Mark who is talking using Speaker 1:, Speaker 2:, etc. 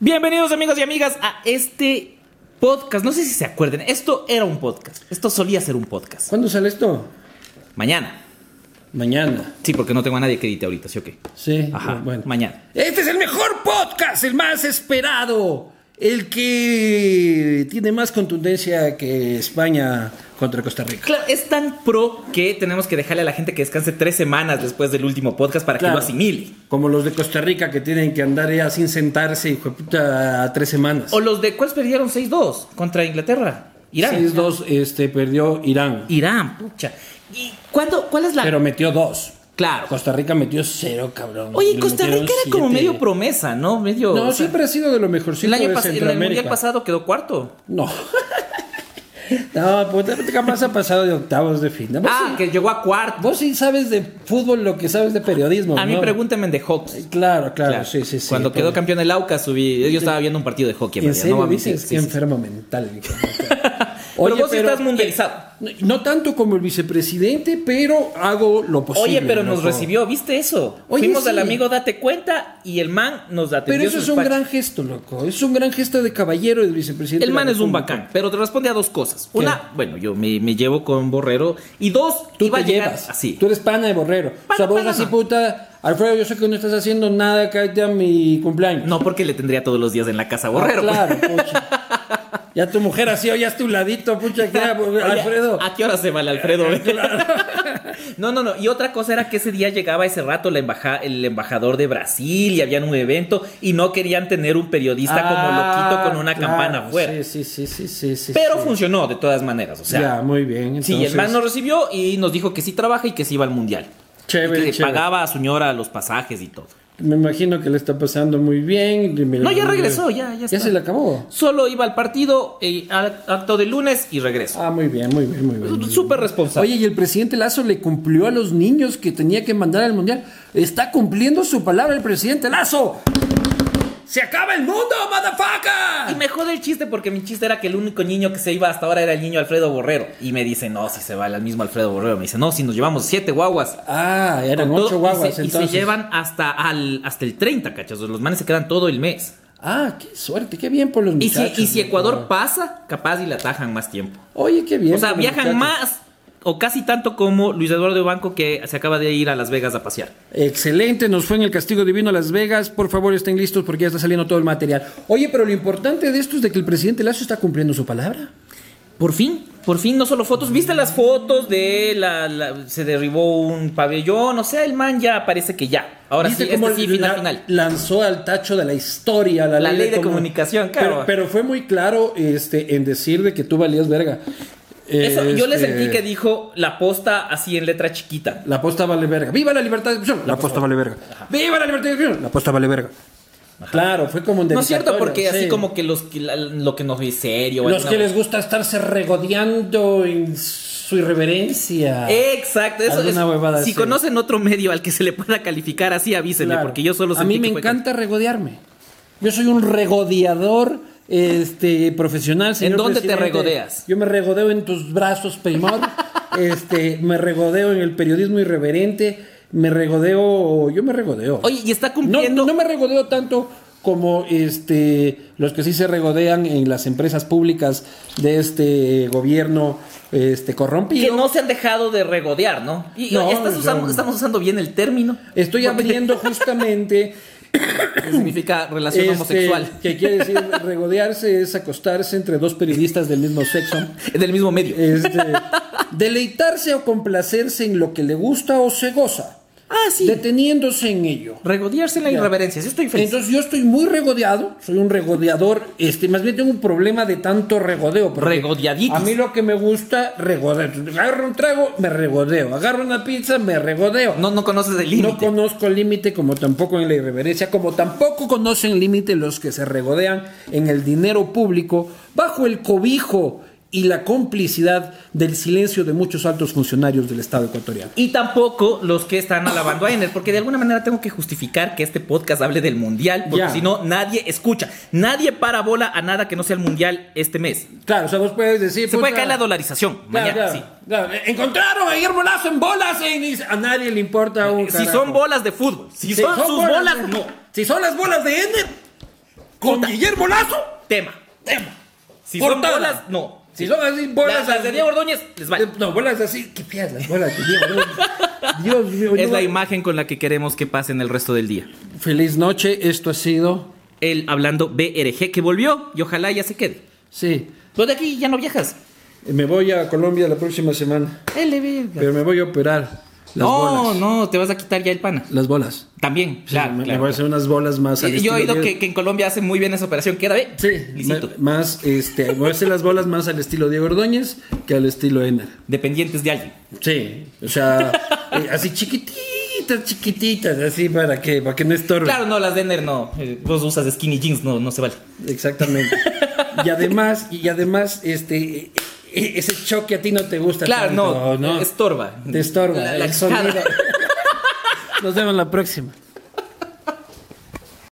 Speaker 1: Bienvenidos amigos y amigas a este podcast. No sé si se acuerden, esto era un podcast. Esto solía ser un podcast.
Speaker 2: ¿Cuándo sale esto?
Speaker 1: Mañana.
Speaker 2: Mañana.
Speaker 1: Sí, porque no tengo a nadie que edite ahorita, ¿sí o qué?
Speaker 2: Sí. eh,
Speaker 1: Ajá,
Speaker 2: Bueno.
Speaker 1: mañana.
Speaker 2: Este es el mejor podcast, el más esperado. El que tiene más contundencia que España contra Costa Rica.
Speaker 1: Claro, es tan pro que tenemos que dejarle a la gente que descanse tres semanas después del último podcast para
Speaker 2: Claro.
Speaker 1: que lo asimile.
Speaker 2: Como los de Costa Rica que tienen que andar ya sin sentarse, hijo de puta, tres semanas.
Speaker 1: O los de cuáles perdieron 6-2 contra Inglaterra. Irán.
Speaker 2: 6-2 este, perdió Irán,
Speaker 1: Irán, pucha. ¿Y cuándo, cuál es la...?
Speaker 2: pero metió dos.
Speaker 1: claro.
Speaker 2: Costa Rica metió cero, cabrón.
Speaker 1: Oye,
Speaker 2: Le
Speaker 1: Costa Rica
Speaker 2: metieron
Speaker 1: era como
Speaker 2: siete.
Speaker 1: medio promesa, ¿no? Medio...
Speaker 2: No,
Speaker 1: o sea,
Speaker 2: siempre ha sido de lo mejorcito
Speaker 1: el año
Speaker 2: de
Speaker 1: pas- en el
Speaker 2: Centroamérica.
Speaker 1: mundial pasado quedó cuarto.
Speaker 2: No. No, puta, jamás ha pasado de octavos de final. Vos,
Speaker 1: Ah,
Speaker 2: Pues sí,
Speaker 1: que llegó a cuarto.
Speaker 2: vos sí sabes de fútbol lo que sabes de periodismo.
Speaker 1: A mí
Speaker 2: ¿no?
Speaker 1: pregúntame de hockey.
Speaker 2: Claro, claro,
Speaker 1: Claro.
Speaker 2: sí, sí, sí.
Speaker 1: Cuando quedó
Speaker 2: Pero-
Speaker 1: campeón el Aucas, subí. Yo estaba viendo un partido de hockey.
Speaker 2: ¿En
Speaker 1: realidad,
Speaker 2: serio
Speaker 1: no mames,
Speaker 2: dices?
Speaker 1: sí,
Speaker 2: Qué
Speaker 1: sí, sí.
Speaker 2: enfermo mental. hijo.
Speaker 1: Pero vos sí estás mundializado.
Speaker 2: eh, No, no tanto como el vicepresidente, pero hago lo posible.
Speaker 1: Oye, pero nos
Speaker 2: loco.
Speaker 1: recibió, ¿viste eso?
Speaker 2: Oye,
Speaker 1: Fuimos al
Speaker 2: sí.
Speaker 1: amigo Date Cuenta y el man nos atendió.
Speaker 2: Pero
Speaker 1: su
Speaker 2: eso es un
Speaker 1: despacho.
Speaker 2: gran gesto, loco. Es un gran gesto de caballero del vicepresidente.
Speaker 1: El
Speaker 2: de la
Speaker 1: man es un
Speaker 2: República.
Speaker 1: bacán, pero te responde a dos cosas. Una, bueno, yo me, me llevo con Borrero. Y dos,
Speaker 2: Tú
Speaker 1: iba
Speaker 2: te
Speaker 1: a llegar Ah,
Speaker 2: llevas.
Speaker 1: así.
Speaker 2: Tú eres pana de borrero. o
Speaker 1: Pana,
Speaker 2: sea, vos
Speaker 1: pana,
Speaker 2: así,
Speaker 1: no.
Speaker 2: puta. Alfredo, yo sé que no estás haciendo nada. Cállate a mi cumpleaños.
Speaker 1: No porque le tendría todos los días en la casa a Borrero.
Speaker 2: Ah,
Speaker 1: pues.
Speaker 2: claro, pucha. Ya tu mujer así, oye, hazte un ladito, pucha, que era,
Speaker 1: Oye,
Speaker 2: Alfredo.
Speaker 1: ¿A qué hora se va el Alfredo? no, no, no. Y otra cosa era que ese día llegaba ese rato la embaja- el embajador de Brasil y habían un evento y no querían tener un periodista como loquito con una
Speaker 2: Ah, claro,
Speaker 1: campana afuera.
Speaker 2: Sí, sí, sí, sí, sí. sí,
Speaker 1: Pero
Speaker 2: sí.
Speaker 1: funcionó de todas maneras. O sea,
Speaker 2: ya, muy bien.
Speaker 1: sí, el
Speaker 2: entonces,
Speaker 1: man nos recibió y nos dijo que sí trabaja y que sí iba al mundial.
Speaker 2: Chévere,
Speaker 1: Y que le
Speaker 2: chévere.
Speaker 1: pagaba a su señora los pasajes y todo.
Speaker 2: Me imagino que le está pasando muy bien. y me-
Speaker 1: No, ya regresó, ya, ya
Speaker 2: Ya,
Speaker 1: está.
Speaker 2: se le acabó.
Speaker 1: Solo iba al partido, eh, al- acto de lunes y regreso.
Speaker 2: Ah, muy bien, muy bien, muy bien. muy bien.
Speaker 1: Súper responsable.
Speaker 2: Oye, y el presidente Lazo le cumplió a los niños que tenía que mandar al mundial. Está cumpliendo su palabra el presidente Lazo. ¡Se acaba el mundo,
Speaker 1: Y
Speaker 2: motherfucker!
Speaker 1: me jode el chiste porque mi chiste era que el único niño que se iba hasta ahora era el niño Alfredo Borrero. Y me dice, no, si se va el mismo Alfredo Borrero. Me dice, no, si nos llevamos siete guaguas.
Speaker 2: Ah, eran
Speaker 1: Con todo-
Speaker 2: ocho
Speaker 1: y se,
Speaker 2: guaguas
Speaker 1: y se
Speaker 2: entonces.
Speaker 1: llevan hasta, al, hasta el 30, cachos. Los manes se quedan todo el mes.
Speaker 2: Ah, qué suerte, qué bien por los
Speaker 1: Y si,
Speaker 2: muchachos.
Speaker 1: y si
Speaker 2: ¿no?
Speaker 1: Ecuador pasa, capaz y la atajan más tiempo.
Speaker 2: Oye, qué bien.
Speaker 1: O sea,
Speaker 2: por los
Speaker 1: viajan
Speaker 2: muchachos.
Speaker 1: más o casi tanto como Luis Eduardo Banco que se acaba de ir a Las Vegas a pasear.
Speaker 2: Excelente, nos fue en el castigo divino a Las Vegas. Por favor, estén listos porque ya está saliendo todo el material. Oye, pero lo importante de esto es de que el presidente Lazo está cumpliendo su palabra.
Speaker 1: Por fin, por fin, no solo fotos. ¿Viste las fotos de la, la- se derribó un pabellón? O sea, el man ya parece que ya. Ahora sí,
Speaker 2: ¿Viste
Speaker 1: este
Speaker 2: cómo
Speaker 1: sí, final,
Speaker 2: la-
Speaker 1: final.
Speaker 2: lanzó al tacho de la historia la,
Speaker 1: La ley de
Speaker 2: comu-
Speaker 1: comunicación, claro.
Speaker 2: Pero, pero fue muy claro este, en decir de que tú valías verga.
Speaker 1: Eso, yo le
Speaker 2: Este,
Speaker 1: sentí que dijo la posta así en letra chiquita.
Speaker 2: La posta vale verga. ¡Viva la libertad de expresión! La posta vale verga. ¡Viva la libertad de expresión! La posta vale verga. Claro, fue como un
Speaker 1: No es cierto,
Speaker 2: dedicatorio,
Speaker 1: porque así
Speaker 2: sí.
Speaker 1: como que los que la- lo que nos ve serio.
Speaker 2: Los
Speaker 1: alguna-
Speaker 2: que les gusta estarse regodeando en su
Speaker 1: Eh,
Speaker 2: irreverencia.
Speaker 1: Exacto, eso
Speaker 2: Alguna
Speaker 1: es-
Speaker 2: huevada
Speaker 1: Si
Speaker 2: así.
Speaker 1: conocen otro medio al que se le pueda calificar así, avísenme,
Speaker 2: Claro.
Speaker 1: porque yo solo
Speaker 2: A
Speaker 1: sentí
Speaker 2: mí me
Speaker 1: que fue-
Speaker 2: encanta regodearme. Yo soy un regodeador este, profesional. señor
Speaker 1: dónde te
Speaker 2: presidente.
Speaker 1: regodeas?
Speaker 2: Yo me regodeo en tus brazos, primor. este, me regodeo en el periodismo irreverente. Me regodeo. Yo me regodeo.
Speaker 1: Oye, y está
Speaker 2: no,
Speaker 1: cumpliendo.
Speaker 2: no me regodeo tanto como este los que sí se regodean en las empresas públicas de este gobierno este
Speaker 1: que
Speaker 2: corrompido.
Speaker 1: no se han dejado de regodear, ¿no? Y
Speaker 2: No,
Speaker 1: estás
Speaker 2: yo-
Speaker 1: usando- estamos usando bien el término.
Speaker 2: Estoy
Speaker 1: Porque-
Speaker 2: abriendo justamente
Speaker 1: que significa relación
Speaker 2: este,
Speaker 1: homosexual.
Speaker 2: que quiere decir regodearse es acostarse entre dos periodistas del mismo sexo.
Speaker 1: Del mismo medio.
Speaker 2: Este, deleitarse o complacerse en lo que le gusta o se goza,
Speaker 1: ah, sí.
Speaker 2: deteniéndose en ello.
Speaker 1: Regodearse en la
Speaker 2: Ya.
Speaker 1: irreverencia. Sí, estoy feliz.
Speaker 2: Entonces yo estoy muy regodeado, soy un regodeador, este, más bien tengo un problema de tanto regodeo. porque
Speaker 1: Regodeaditis.
Speaker 2: A mí lo que me gusta, regodeo. Agarro un trago, me regodeo. Agarro una pizza, me regodeo.
Speaker 1: no, no conoces el
Speaker 2: No
Speaker 1: límite.
Speaker 2: conozco el límite como tampoco en la irreverencia, como tampoco conocen límite los que se regodean en el dinero público bajo el cobijo y la complicidad del silencio de muchos altos funcionarios del Estado ecuatoriano.
Speaker 1: y tampoco los que están alabando a Ener, porque de alguna manera tengo que justificar que este podcast hable del mundial, porque
Speaker 2: Ya.
Speaker 1: si no, nadie escucha. Nadie para bola a nada que no sea el mundial este mes.
Speaker 2: Claro, o sea, vos puedes decir...
Speaker 1: Se puede
Speaker 2: puta,
Speaker 1: caer la dolarización.
Speaker 2: Claro,
Speaker 1: Mañana,
Speaker 2: claro,
Speaker 1: sí.
Speaker 2: claro. Eh, Encontraron a Guillermo Lazo en bolas en Is- a nadie le
Speaker 1: Eh,
Speaker 2: importa un
Speaker 1: Si son bolas de fútbol, si son, sus bolas, no.
Speaker 2: Si son las bolas de Ender, con Guillermo Lazo,
Speaker 1: Tema.
Speaker 2: tema.
Speaker 1: Si
Speaker 2: Portada.
Speaker 1: son bolas, no.
Speaker 2: Si son así, bolas
Speaker 1: las, las de
Speaker 2: así-
Speaker 1: Diego Ordóñez, les vale.
Speaker 2: Eh, No, bolas así, qué feas las bolas de Diego Ordóñez. Dios mío.
Speaker 1: Es
Speaker 2: yo-
Speaker 1: la imagen con la que queremos que pasen el resto del día.
Speaker 2: Feliz noche, esto ha sido.
Speaker 1: Él hablando BRG que volvió y ojalá ya se quede.
Speaker 2: Sí.
Speaker 1: Tú de aquí ya no viajas.
Speaker 2: Me voy a Colombia la próxima semana,
Speaker 1: Él de verga.
Speaker 2: pero me voy a operar las
Speaker 1: No,
Speaker 2: bolas.
Speaker 1: no, te vas a quitar ya el pana.
Speaker 2: Las bolas.
Speaker 1: También,
Speaker 2: Sí,
Speaker 1: claro,
Speaker 2: me, me
Speaker 1: claro.
Speaker 2: voy a hacer unas bolas más. al
Speaker 1: Eh, Yo he oído
Speaker 2: estilo
Speaker 1: que,
Speaker 2: Diego-
Speaker 1: que en Colombia hacen muy bien esa operación. ¿Qué era? ve?
Speaker 2: Sí,
Speaker 1: Lisito.
Speaker 2: ma- más, este, me voy a hacer las bolas más al estilo Diego Ordóñez que al estilo Enar.
Speaker 1: Dependientes de alguien.
Speaker 2: Sí, o sea, eh, así chiquititas, chiquititas, así para que, para que no estorbe.
Speaker 1: Claro, no, las de Ender no. Eh, Vos usas skinny jeans, no, no se vale.
Speaker 2: Exactamente. Y además, y además, este, e- ese choque a ti no te gusta.
Speaker 1: Claro,
Speaker 2: tanto,
Speaker 1: no, estorba.
Speaker 2: Te estorba
Speaker 1: La-
Speaker 2: el
Speaker 1: la
Speaker 2: sonido.
Speaker 1: cara.
Speaker 2: Nos vemos la próxima.